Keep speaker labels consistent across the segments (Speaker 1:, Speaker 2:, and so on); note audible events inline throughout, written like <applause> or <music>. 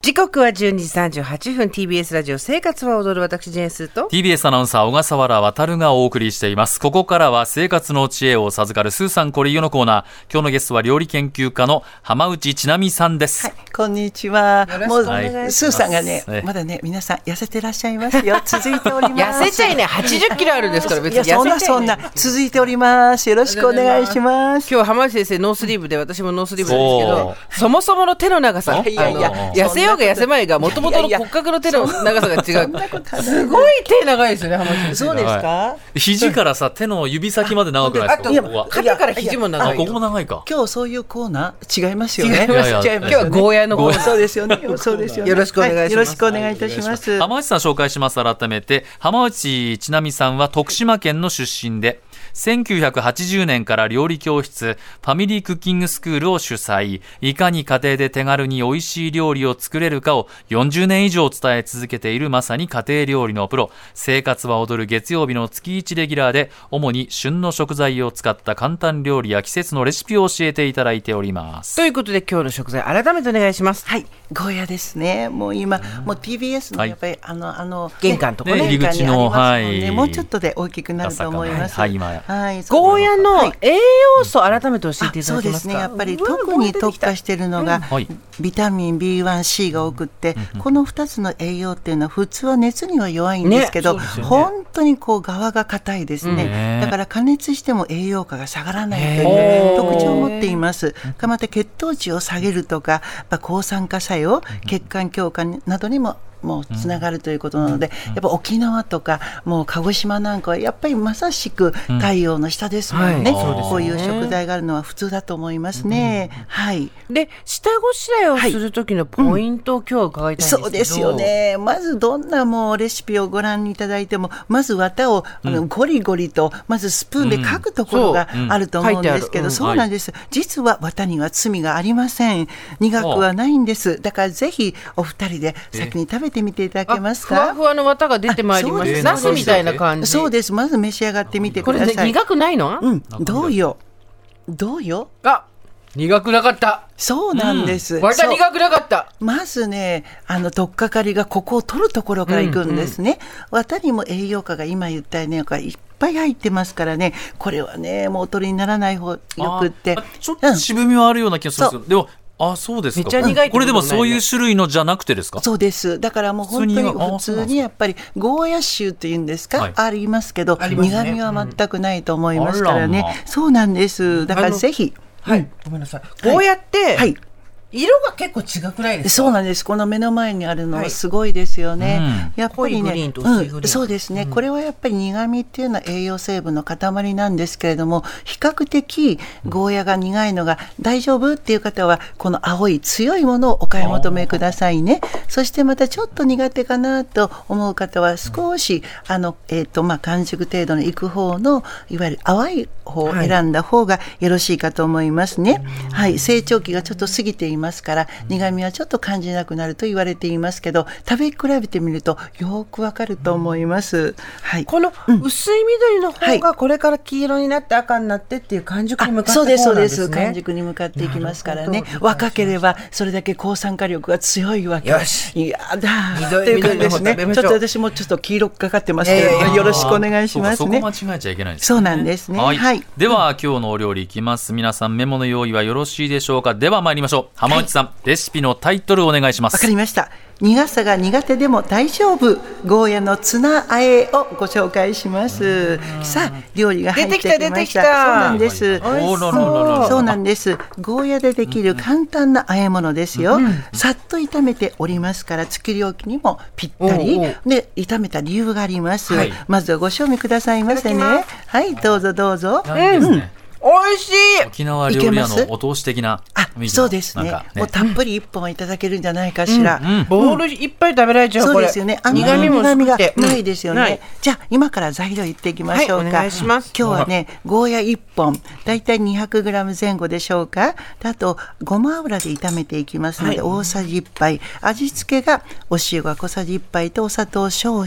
Speaker 1: 時刻は12時38分 TBS ラジオ生活は踊る私ジェンスーと
Speaker 2: TBS アナウンサー小笠原渉がお送りしていますここからは生活の知恵を授かるスーさんコリユのコーナー今日のゲストは料理研究家の浜内千奈美さんです、
Speaker 3: こんにちは。もう、
Speaker 1: お願いします
Speaker 3: スーさんがね
Speaker 2: はい、
Speaker 3: まだね、皆さん痩せてらっしゃいます
Speaker 1: <laughs>
Speaker 3: よ。続いております。
Speaker 1: 痩せちゃいない80キロあるんですから別
Speaker 3: い
Speaker 1: に痩
Speaker 3: や、
Speaker 1: せちゃい
Speaker 3: そん
Speaker 1: ない
Speaker 3: な、そんな、続いております。よろしくお願いします。
Speaker 1: 今日浜内先生ノースリーブで私もノースリーブなんですけ
Speaker 2: お
Speaker 1: ど
Speaker 2: ー
Speaker 1: そもそもの手の長さあ
Speaker 2: いやいや
Speaker 1: の痩せようが痩せまいがもともとの骨格の手の長さが違うすごい手長いですよね浜内先生
Speaker 3: そうですか。
Speaker 2: 肘からさ手の指先まで長くないですか
Speaker 1: あと
Speaker 2: ここは
Speaker 1: 肩から肘も長
Speaker 2: あ
Speaker 1: い
Speaker 2: ここ
Speaker 1: よ
Speaker 2: も長いか
Speaker 3: 今日そういうコーナー違いますよね。
Speaker 2: 違います
Speaker 3: 違い
Speaker 1: 今
Speaker 3: ます
Speaker 1: 日
Speaker 3: よ
Speaker 1: は
Speaker 3: ね。
Speaker 1: ゴーヤーの
Speaker 3: ご
Speaker 1: ゴー
Speaker 3: めん
Speaker 1: ヤ
Speaker 3: そうですよ
Speaker 1: <laughs>
Speaker 3: ね。そうですよね。
Speaker 1: よろしくお願いします
Speaker 3: はよろしくお願いいたします。
Speaker 2: 浜内さん紹介します改めて浜内千奈美さんは徳島県の出身で1980年から料理教室ファミリークッキングスクールを主催いかに家庭で手軽に美味しい料理を作れるかを40年以上伝え続けているまさに家庭料理のプロ生活は踊る月曜日の月1レギュラーで主に旬の食材を使った簡単料理や季節のレシピを教えていただいております
Speaker 1: ということで今日の食材改めてお願いします
Speaker 3: はい、ゴーヤですね。もう今、もう TBS の
Speaker 2: はい
Speaker 3: やっぱり、あのあの
Speaker 1: 玄関とかね
Speaker 3: ね
Speaker 2: 入り口の
Speaker 3: 玄関にありますもんね
Speaker 2: はい
Speaker 3: もうちょっとで大きくなると思います。
Speaker 2: 朝からはいはい今
Speaker 3: はいそう
Speaker 1: ゴーヤ
Speaker 3: は
Speaker 1: の
Speaker 3: い
Speaker 1: 栄養素改めて教えていた
Speaker 3: そ
Speaker 1: だ
Speaker 3: う
Speaker 1: け
Speaker 3: で
Speaker 1: ますす
Speaker 3: ね
Speaker 1: か
Speaker 3: やっぱり特に特化しているのが
Speaker 2: はい
Speaker 3: ビタミン B1C が多くってこの2つの栄養っていうのは普通は熱には弱いんですけど
Speaker 1: ねそうですよね
Speaker 3: 本当にこう側が硬いです
Speaker 2: うんね
Speaker 3: ねだから加熱しても栄養価が下がらないと
Speaker 1: へ
Speaker 3: い
Speaker 1: ー
Speaker 3: う特徴を持っていますかまた血糖値を下げるとかやっぱ抗酸化作用血管強化などにももうつながるということなので、やっぱ沖縄とかもう鹿児島なんかはやっぱりまさしく太陽の下ですもんね、
Speaker 1: うんはいそうですよね
Speaker 3: こういう食材があるのは普通だと思いますね。はい。
Speaker 1: で下ごしらえをする時のポイントを今日は伺いたいんですけど、
Speaker 3: そうですよね。まずどんなもうレシピをご覧いただいても、まず綿をあのゴリゴリと、まずスプーンで書くところが
Speaker 2: うんそう
Speaker 3: あると思うんですけ
Speaker 1: うん
Speaker 3: ど、
Speaker 1: 書
Speaker 3: そ
Speaker 2: いてある
Speaker 3: う
Speaker 2: うん
Speaker 3: なんです。実は綿には罪がありません。苦くはないんです。だからぜひお二人で先に食べてみていただ
Speaker 1: あ
Speaker 3: けます
Speaker 1: ふわ
Speaker 3: か
Speaker 1: ふ。わの綿が出てまいりま
Speaker 3: あそう
Speaker 1: し
Speaker 3: で
Speaker 1: た
Speaker 3: す
Speaker 1: ナスみたいな感じ
Speaker 3: そう
Speaker 1: で
Speaker 3: です。まず召し上がってみて
Speaker 1: こ
Speaker 3: く
Speaker 1: れ、
Speaker 3: だ
Speaker 1: ね、
Speaker 3: さい。
Speaker 1: 苦くないの、
Speaker 3: うん、どうよ。どうよ。
Speaker 1: あ苦くなかった
Speaker 3: そうなんです。
Speaker 1: 綿
Speaker 3: そう
Speaker 1: 苦くなかった
Speaker 3: まずね、あの、とっかかりがここを取るところから行くんですね。綿にも栄養価が今言ったようにいっぱい入ってますからね、これはね、もうお取りにならない方よくって
Speaker 2: あ。ちょっと渋みはあるような気がするんですけど、でもあそうですか
Speaker 1: めっちゃ苦いってこと
Speaker 2: これでもそう
Speaker 1: ない
Speaker 2: い
Speaker 1: ね
Speaker 2: う種類のじゃなくてですか
Speaker 3: そうです。だからもう
Speaker 2: 普通
Speaker 3: 本
Speaker 2: に
Speaker 3: 当に
Speaker 2: あ
Speaker 3: 普
Speaker 2: そうなん
Speaker 3: 通
Speaker 2: です
Speaker 3: に
Speaker 2: か
Speaker 3: やっぱりゴーヤ臭っていうんですか、
Speaker 2: はい
Speaker 3: ありますけど、
Speaker 1: ありますね
Speaker 3: 苦味は全くないと思いますから
Speaker 2: うんあら
Speaker 3: ね。
Speaker 2: ま
Speaker 3: そうなんです。だからぜひ。
Speaker 1: はい、ごめんなさいこうやって、
Speaker 3: はい。
Speaker 1: 色が結構違くないですか
Speaker 3: そうなんです。この目の前にあるの
Speaker 1: は
Speaker 3: はいすごいですよね。やっぱり
Speaker 1: 濃いグリーン
Speaker 3: ね、
Speaker 1: と薄いグリーン
Speaker 3: うんそうですね、これはやっぱり苦味っていうのは栄養成分の塊なんですけれども、比較的ゴーヤが苦いのが大丈夫っていう方は、この青い強いものをお買い求めくださいね。そしてまたちょっと苦手かなと思う方は、少し、あの、えっ、と、まあ、完熟程度のいく方の、いわゆる淡い方を選んだ方がよろしいかと思いますね。はい、成長期がちょっと過ぎていますから、苦味はちょっと感じなくなると言われていますけど、食べ比べてみるとよくわかると思います。はい。
Speaker 1: この薄い緑の方
Speaker 3: は
Speaker 1: がこれから黄色になって赤になってっていう完熟に向かって
Speaker 3: そうで
Speaker 1: こ
Speaker 3: すそう
Speaker 1: なん
Speaker 3: で
Speaker 1: です
Speaker 3: す
Speaker 1: ね
Speaker 3: 完熟に向かっていきますから
Speaker 1: なる
Speaker 3: ね
Speaker 1: ほど
Speaker 3: 若ければそれだけ抗酸化力が強いわけ
Speaker 1: よし
Speaker 3: いやだ
Speaker 1: 緑
Speaker 3: っていう感じですね
Speaker 1: 緑
Speaker 3: ち
Speaker 1: の
Speaker 3: ょ
Speaker 1: 方食べましょ
Speaker 3: っ
Speaker 1: う
Speaker 3: と私もちょっと黄色くかかってますけ
Speaker 1: いやい
Speaker 3: れ
Speaker 1: や
Speaker 3: ど
Speaker 1: いや
Speaker 3: よろしくお願いします
Speaker 2: そう
Speaker 3: ね
Speaker 2: かそこ間違えちゃいけないんですね
Speaker 3: そうなんですね
Speaker 2: はい、
Speaker 3: はい
Speaker 2: では今日のお料理いきます皆さんメモの用意はよろしいでしょうかでは参りましょう浜内さん、レシピのタイトルお願いしま
Speaker 3: わか
Speaker 2: す
Speaker 3: りました苦さが苦手でも大丈夫ゴーヤのツナ和えをご紹介しますさあ料理が入ってきました
Speaker 1: 出てきた出てきた
Speaker 3: そうなんです
Speaker 2: はいおーららららら
Speaker 3: そうなんですゴーヤでできる簡単な和え物ですよ、さっと炒めておりますから月料金にもぴったり
Speaker 1: おうおう
Speaker 3: で炒めた理由があります、
Speaker 2: はい
Speaker 3: まずはご賞味くださいませ
Speaker 1: い
Speaker 3: ね
Speaker 1: ただき
Speaker 3: はいどうぞどうぞ
Speaker 2: いいですね
Speaker 1: 美味しい
Speaker 2: 沖縄料理屋
Speaker 3: いけ
Speaker 2: の
Speaker 3: ま
Speaker 2: お通し的な
Speaker 3: あ
Speaker 2: 雰囲気の
Speaker 3: そうですね
Speaker 2: なんか
Speaker 3: もうたっぷり一本はいただけるんじゃないかしら、
Speaker 1: ボールいっぱい食べられちゃう、
Speaker 3: そ
Speaker 1: こ
Speaker 3: う
Speaker 1: れ
Speaker 3: ですよね。あんま
Speaker 1: 苦
Speaker 3: り
Speaker 1: 味も
Speaker 3: 苦味
Speaker 1: 少
Speaker 3: が
Speaker 1: て
Speaker 3: ないですよ
Speaker 1: うんな
Speaker 3: ね
Speaker 1: い。
Speaker 3: じゃあ今から材料いっていきましょ
Speaker 1: は
Speaker 3: うか。
Speaker 1: いお願いします
Speaker 3: 今日はね、ゴーヤ1本、だいたい 200g 前後でしょうか。であとごま油で炒めていきますので、大さじ1杯。味付けがお塩が小さじ1杯とお砂糖少々。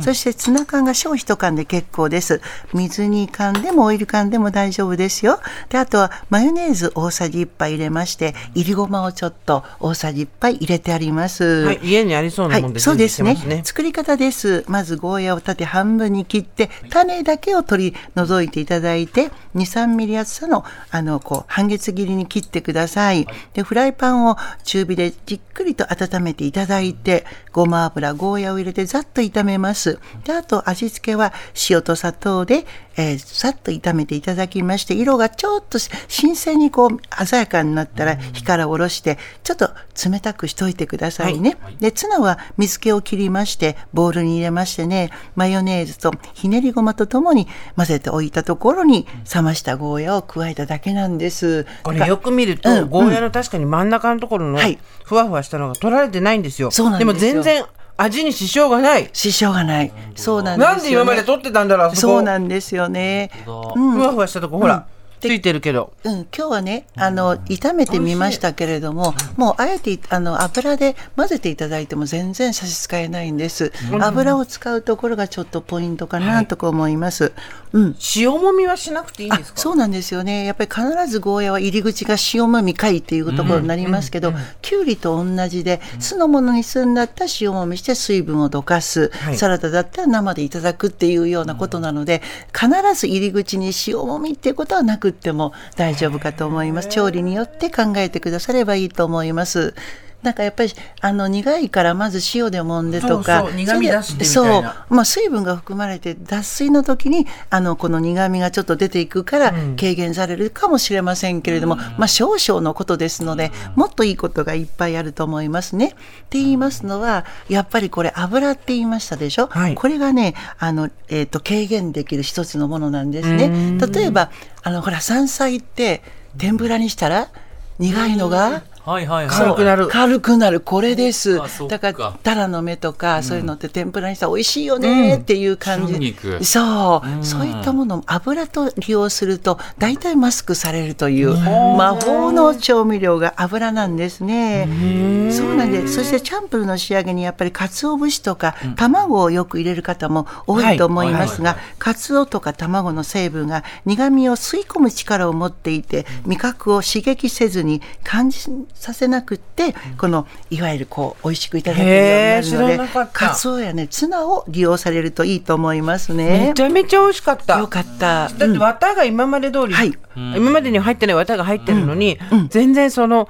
Speaker 3: そしてツナ缶が小1缶で結構です。水煮缶でもオイル缶でも大丈夫です。ですよであとはマヨネーズ大さじ1杯入れましていりごまをちょっと大さじ1杯入れてあります、
Speaker 1: はい、家にありそうなもんで、
Speaker 3: はい、そうです
Speaker 1: 準備して
Speaker 3: ね。作り方です。まずゴーヤを縦半分に切って、種だけを取り除いていただいて、2、3ミリ厚さの、あの、こう、半月切りに切ってください。で、フライパンを中火でじっくりと温めていただいて、ごま油、ゴーヤを入れてざっと炒めます。で、あと味付けは塩と砂糖で、えーさっと炒めていただきまして、色がちょっと新鮮にこう、鮮やかになったら火からおろして、ちょっと冷たくしといてくださいね。で、ツナは水気を切りまして、ボウルに入れましてね、マヨネーズとひねりごまとともに混ぜておいたところに、冷ましたゴーヤを加えただけなんです。
Speaker 1: これよく見ると、
Speaker 3: うん
Speaker 1: ゴーヤの確かに真ん中のところの
Speaker 3: はい
Speaker 1: ふわふわしたのが取られてないんですよ。
Speaker 3: そうなんですよ
Speaker 1: も全然味に支障がない。
Speaker 3: 支障がない。そうなんですよ、
Speaker 1: な
Speaker 3: ね。
Speaker 1: んで今まで取ってたんだろう、あそこ。
Speaker 3: そうなんですよね。
Speaker 1: ふわふわしたとこ、ほら、ついてるけど。
Speaker 3: うん、今日はね、あの、炒めてみましたけれども、もうあえて、あの、油で混ぜていただいても全然差し支えないんです。油を使うところがちょっとポイントかなとか思います。うん。
Speaker 1: 塩もみはしなくていいんですか
Speaker 3: そうなんですよね。やっぱり必ずゴーヤは入り口が塩もみかいっていうところになりますけど、きゅうりと同じで、酢の物にするんだったら塩もみして水分をどかす、
Speaker 1: い
Speaker 3: サラダだったら生でいただくっていうようなことなので、必ず入り口に塩もみっていうことはなくっても大丈夫かと思います。調理によって考えてくださればいいと思います。なんかやっぱりあの苦いからまず塩で揉んでとか
Speaker 1: そうそう苦味出してみたいな
Speaker 3: そうまあ、水分が含まれて脱水の時にあのこの苦味がちょっと出ていくから軽減されるかもしれませんけれども、まあ、少々のことですのでもっといいことがいっぱいあると思いますね。って言いますのはやっぱりこれ油って言いましたでしょ、
Speaker 1: はい
Speaker 3: これがねあの、えー、と軽減できる一つのものなんですね。例えばあのほら山菜って天ぷらにしたら苦いのが
Speaker 2: はいはいはい。
Speaker 1: 軽くなる
Speaker 3: 軽くなるこれです
Speaker 2: あそっか
Speaker 3: だからタラの芽とかそういうのって天ぷらにしたら美味しいよねっていう感じ、
Speaker 2: 春肉
Speaker 3: そう、
Speaker 2: うん
Speaker 3: そういったものも油と利用すると大体マスクされるという魔法の調味料が油なんですね。そうなんですそしてチャンプルの仕上げにやっぱり鰹節とか卵をよく入れる方も多いと思いますが、鰹とか卵の成分が苦味を吸い込む力を持っていて味覚を刺激せずに感じさせなくってこのいわゆるこう美味しくいただけるよ
Speaker 1: へー
Speaker 3: うにな
Speaker 1: 知
Speaker 3: る
Speaker 1: ら
Speaker 3: の
Speaker 1: なかっ
Speaker 3: で
Speaker 1: た
Speaker 3: 鰹やねツナを利用されるといいと思いますね。
Speaker 1: めちゃめちゃ美味しかった。
Speaker 3: よかった。
Speaker 1: だって綿が今まで通り、
Speaker 3: はい
Speaker 1: 今までには入ってない綿が入ってるのに、全然その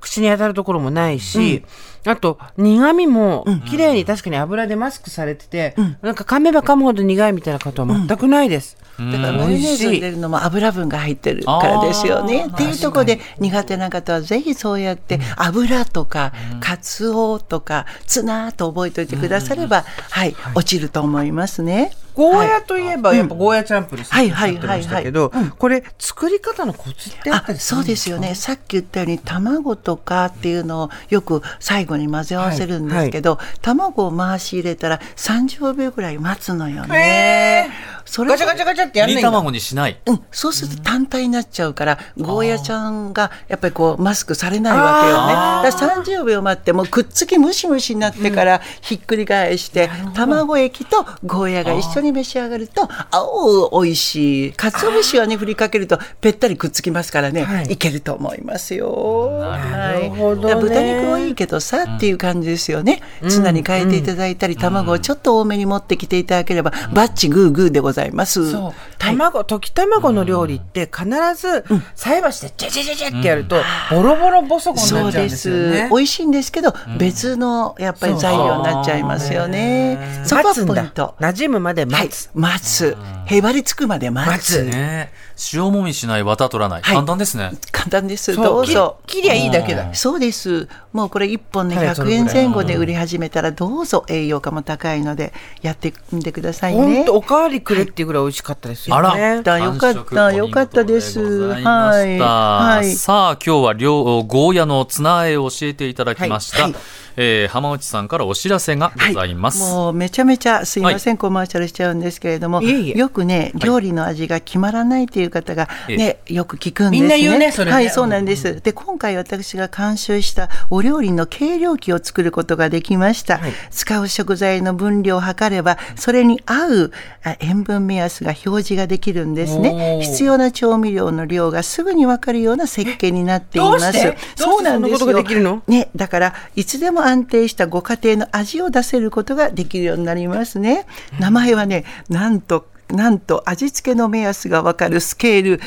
Speaker 1: 口に当たるところもないし、あと苦味も綺麗に確かに油でマスクされてて、なんか噛めば噛むほど苦いみたいなことは全くないです。
Speaker 3: だからマヨネーズ入れるのも油分が入ってるからですよね。っていうところで苦手な方はぜひそうやって油とかカツオとかツナと覚えておいてくだされば、はい、落ちると思いますね。
Speaker 1: ゴーヤといえばやっぱゴーヤチャンプルス
Speaker 3: はいはいはいはい
Speaker 1: ましたけど、これ作り方のコツってあった
Speaker 3: あ
Speaker 1: りす
Speaker 3: そ
Speaker 1: る
Speaker 3: うんですすよねさっき言ったように卵とかっていうのをよく最後に混ぜ合わせるんですけど、卵を回し入れたら30秒ぐらい待つのよ
Speaker 1: か
Speaker 3: ね。それ
Speaker 1: ガチャガチャガチャってやん
Speaker 2: 煮
Speaker 1: ないんだ
Speaker 2: 卵にしない。
Speaker 3: うん、そうすると単体になっちゃうから、ゴーヤちゃんがやっぱりこうマスクされないわけよね。だから30秒待ってもうくっつきムシムシになってからひっくり返して、卵液とゴーヤが一緒に召し上がると、あおう美味しい。かつお節はね振りかけるとぺったりくっつきますからね、
Speaker 1: はい
Speaker 3: い、けると思いますよ。
Speaker 2: な
Speaker 3: はい
Speaker 1: るほどね
Speaker 3: だから豚肉もいいけどさ、っていう感じですよね。ツナに変えていただいたり、卵をちょっと多めに持ってきていただければ、バッチグーグーでございます。
Speaker 1: そう
Speaker 3: はい
Speaker 1: 卵、溶き卵の料理って必ず菜箸でジェジェジェジェってやるとボロボロボソコに
Speaker 3: そ
Speaker 1: なっ
Speaker 3: う
Speaker 1: ちゃうん
Speaker 3: で
Speaker 1: ですよ
Speaker 3: す
Speaker 1: ね。
Speaker 3: 美味しいんですけど、別のやっぱり材料になっちゃいますよね。そこ
Speaker 1: 待
Speaker 3: は
Speaker 1: つん
Speaker 3: ポイン
Speaker 1: だ。
Speaker 3: ト。
Speaker 1: 馴染むまで
Speaker 3: はい
Speaker 1: 待つ。、
Speaker 3: 待つ。へばりつくまで待
Speaker 1: 待
Speaker 3: つ。
Speaker 1: つ。
Speaker 2: ね塩もみしない、綿取らない。
Speaker 3: はい
Speaker 2: 簡単ですね。
Speaker 3: 簡単です。
Speaker 1: そう
Speaker 3: どうぞ。
Speaker 1: 切り切りゃいいだけだ
Speaker 3: うんそうです。もうこれ1本ね、
Speaker 1: はいそれ
Speaker 3: 100
Speaker 1: ぐら
Speaker 3: 円
Speaker 1: い
Speaker 3: 前後で売り始めたら、どうぞ栄養価も高いので、やってみてください
Speaker 1: 本
Speaker 3: ね
Speaker 1: 当。おかわりくれっていうぐらい美味しかったですよ
Speaker 2: あら
Speaker 1: ね。
Speaker 3: だよかっ
Speaker 2: 完
Speaker 3: た、
Speaker 2: 食
Speaker 3: よかったです。
Speaker 2: お見事でございま
Speaker 3: は
Speaker 2: し
Speaker 3: い。
Speaker 2: た
Speaker 3: はい。
Speaker 2: さあ今日は両ゴーヤのツナ和えを教えていただきました、
Speaker 3: はいはい
Speaker 2: ええー浜内さんからお知らせがございます。
Speaker 3: もうめちゃめちゃすいません、コマーシャルしちゃうんですけれども
Speaker 1: いえいえ
Speaker 3: よくね料理の味が決まらないという方が、
Speaker 2: ええ
Speaker 3: ねよく聞くんで
Speaker 1: み
Speaker 3: すね。
Speaker 1: んな言うねそれね
Speaker 3: はいそうなんです。で今回私が監修したお料理の計量器を作ることができました。
Speaker 1: はい
Speaker 3: 使う食材の分量を測ればそれに合うあ塩分目安が表示ができるんです
Speaker 1: おー
Speaker 3: ね。必要な調味料の量がすぐにわかるような設計になってい
Speaker 1: どう
Speaker 3: ま
Speaker 1: し
Speaker 3: す。
Speaker 1: て
Speaker 3: そうなんで
Speaker 1: ど
Speaker 3: す
Speaker 1: うしてそんなことが
Speaker 3: よ
Speaker 1: できるの
Speaker 3: ね、だからいつでも安定したご家庭の味を出せることができるようになりますね。名前はね、なんとなんと味付けの目安がわかるスケール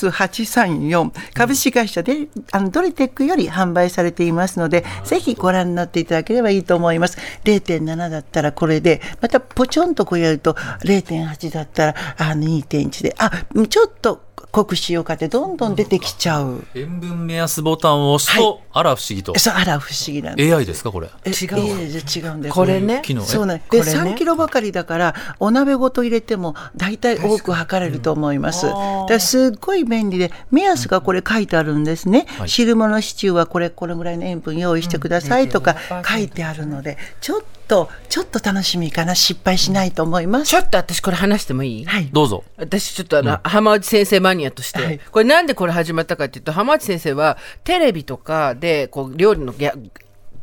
Speaker 3: KS834 株式会社で、あのドリテックより販売されていますので、ぜひご覧になっていただければいいと思います。0.7だったらこれで、またポチョンとこうやると0.8だったらあ2.1で、あ、ちょっと濃くしようかってどんどん出てきちゃう。
Speaker 2: 塩分目安ボタンを押すと、あら不思議と。
Speaker 3: そう、あら不思議なんです
Speaker 2: AI ですかこれ。
Speaker 3: え
Speaker 1: 違うわ
Speaker 3: いやいや違うんです
Speaker 1: これね
Speaker 2: 機能ね
Speaker 3: そうなん
Speaker 1: これ
Speaker 3: で、
Speaker 1: ね
Speaker 3: 3キロばかりだからお鍋ごと入れても大体多く測れると思います。だからすっごい便利で目安がこれ書いてあるんですね。
Speaker 2: はい
Speaker 3: 汁物シチューはこれこれぐらいの塩分用意してくださいとか書いてあるのでちょっとちょっと楽しみかな失敗しないと思います。
Speaker 1: ちょっと私これ話してもいい
Speaker 3: はい。
Speaker 2: どうぞ。
Speaker 1: 私ちょっとあの、浜内先生マニアとして、
Speaker 3: はい
Speaker 1: これなんでこれ始まったかっていうと浜内先生はテレビとかでこう料理のや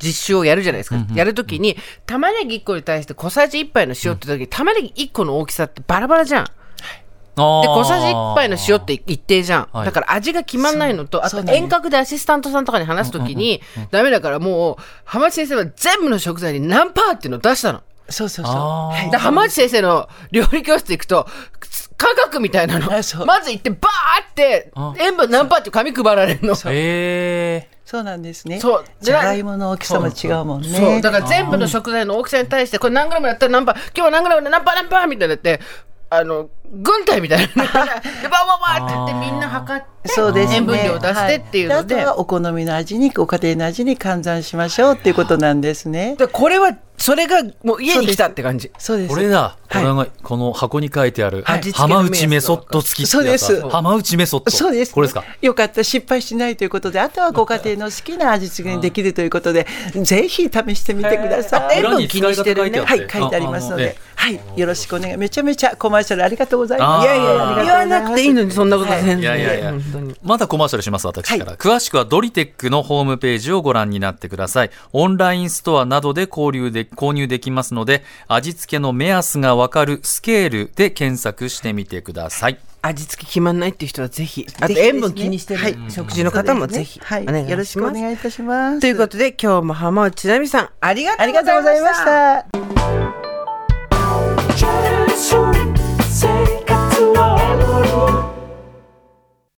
Speaker 1: 実習をやるじゃないですか、やるときに玉ねぎ1個に対して小さじ1杯の塩って時に、玉ねぎ1個の大きさってバラバラじゃん。で
Speaker 2: で
Speaker 1: 小さじ1杯の塩って一定じゃん、
Speaker 2: はい
Speaker 1: だから味が決まんないのとあ
Speaker 3: そ
Speaker 1: と
Speaker 3: うなんです
Speaker 1: 遠隔でアシスタントさんとかに話すときに、ダメだからもう浜内先生は全部の食材に何パーっていうのを出したの。
Speaker 3: そうそうそう。
Speaker 2: あー
Speaker 3: はい
Speaker 1: で、浜内先生の料理教室行くと、科学みたいなの。ま
Speaker 3: あ
Speaker 1: ず
Speaker 3: そう
Speaker 1: 行って、バーって
Speaker 2: あ、
Speaker 1: 塩分何パーっていう紙配られるの。そう。
Speaker 2: え
Speaker 3: そうなんですね。
Speaker 1: そう
Speaker 3: じゃがいもの大きさも違うもんね。
Speaker 1: だから全部の食材の大きさに対して、これ何グラムだったら何パー、今日は何グラムで何パー何パーみたいになって、あの、軍隊み
Speaker 3: <laughs>
Speaker 1: たいな。で、バーバーバーって言ってみんな測って、
Speaker 3: そうですね、
Speaker 1: 塩分量を出してっていうので。
Speaker 3: はあとはお好みの味にご家庭の味に換算しましょうっていうことなんですね。
Speaker 1: でこれは、それがもう家に来たって感じ。
Speaker 3: そうで
Speaker 2: ー、
Speaker 3: す。
Speaker 2: これだ。こ
Speaker 3: は
Speaker 2: れ
Speaker 3: い
Speaker 2: が、この箱に書いてある、
Speaker 1: はい味付けの
Speaker 2: 浜内メソッド付きってやつだ
Speaker 3: そうです
Speaker 2: 浜内メソッド。
Speaker 3: そうです。
Speaker 2: これですか。
Speaker 3: よかった失敗しないということで、あとはご家庭の好きな味付けにできるということで、ぜひ試してみてください。
Speaker 2: 裏に使い方書いてあって
Speaker 3: はい、書いてありますの
Speaker 2: ああ
Speaker 3: で
Speaker 2: え、
Speaker 3: はい、よろしくお願い。めちゃめちゃコマーシャルありがとうございます。
Speaker 2: あーいやいやいや
Speaker 1: 言わ
Speaker 3: ありがとうござ
Speaker 1: なくていいのに、そんなこと全然。
Speaker 2: いやいやいや
Speaker 1: 本当に。
Speaker 2: まだコマーシャルします、私から。
Speaker 3: はい
Speaker 2: 詳しくはドリテックのホームページをご覧になってください。オンラインストアなどで交流で、購入できますので、味付けの目安がわかるスケールで検索してみてください。
Speaker 1: 味付け決まんないっていう人はぜひ、あと
Speaker 3: ぜひです
Speaker 1: 塩
Speaker 3: ね
Speaker 1: 分気にしてる、
Speaker 3: はい
Speaker 1: 食事の方も
Speaker 3: そう
Speaker 1: ぜ
Speaker 3: ですね
Speaker 1: ひ、
Speaker 3: はい
Speaker 1: お願いします。
Speaker 3: よろしくお願いいたします。
Speaker 1: ということで、今日も浜内奈美さん、ありが
Speaker 3: あ
Speaker 1: とう
Speaker 3: り
Speaker 1: ご
Speaker 3: がと
Speaker 1: ざ
Speaker 3: う
Speaker 1: い
Speaker 3: ござい
Speaker 1: ま
Speaker 3: ま
Speaker 1: し。
Speaker 3: したた。
Speaker 4: generation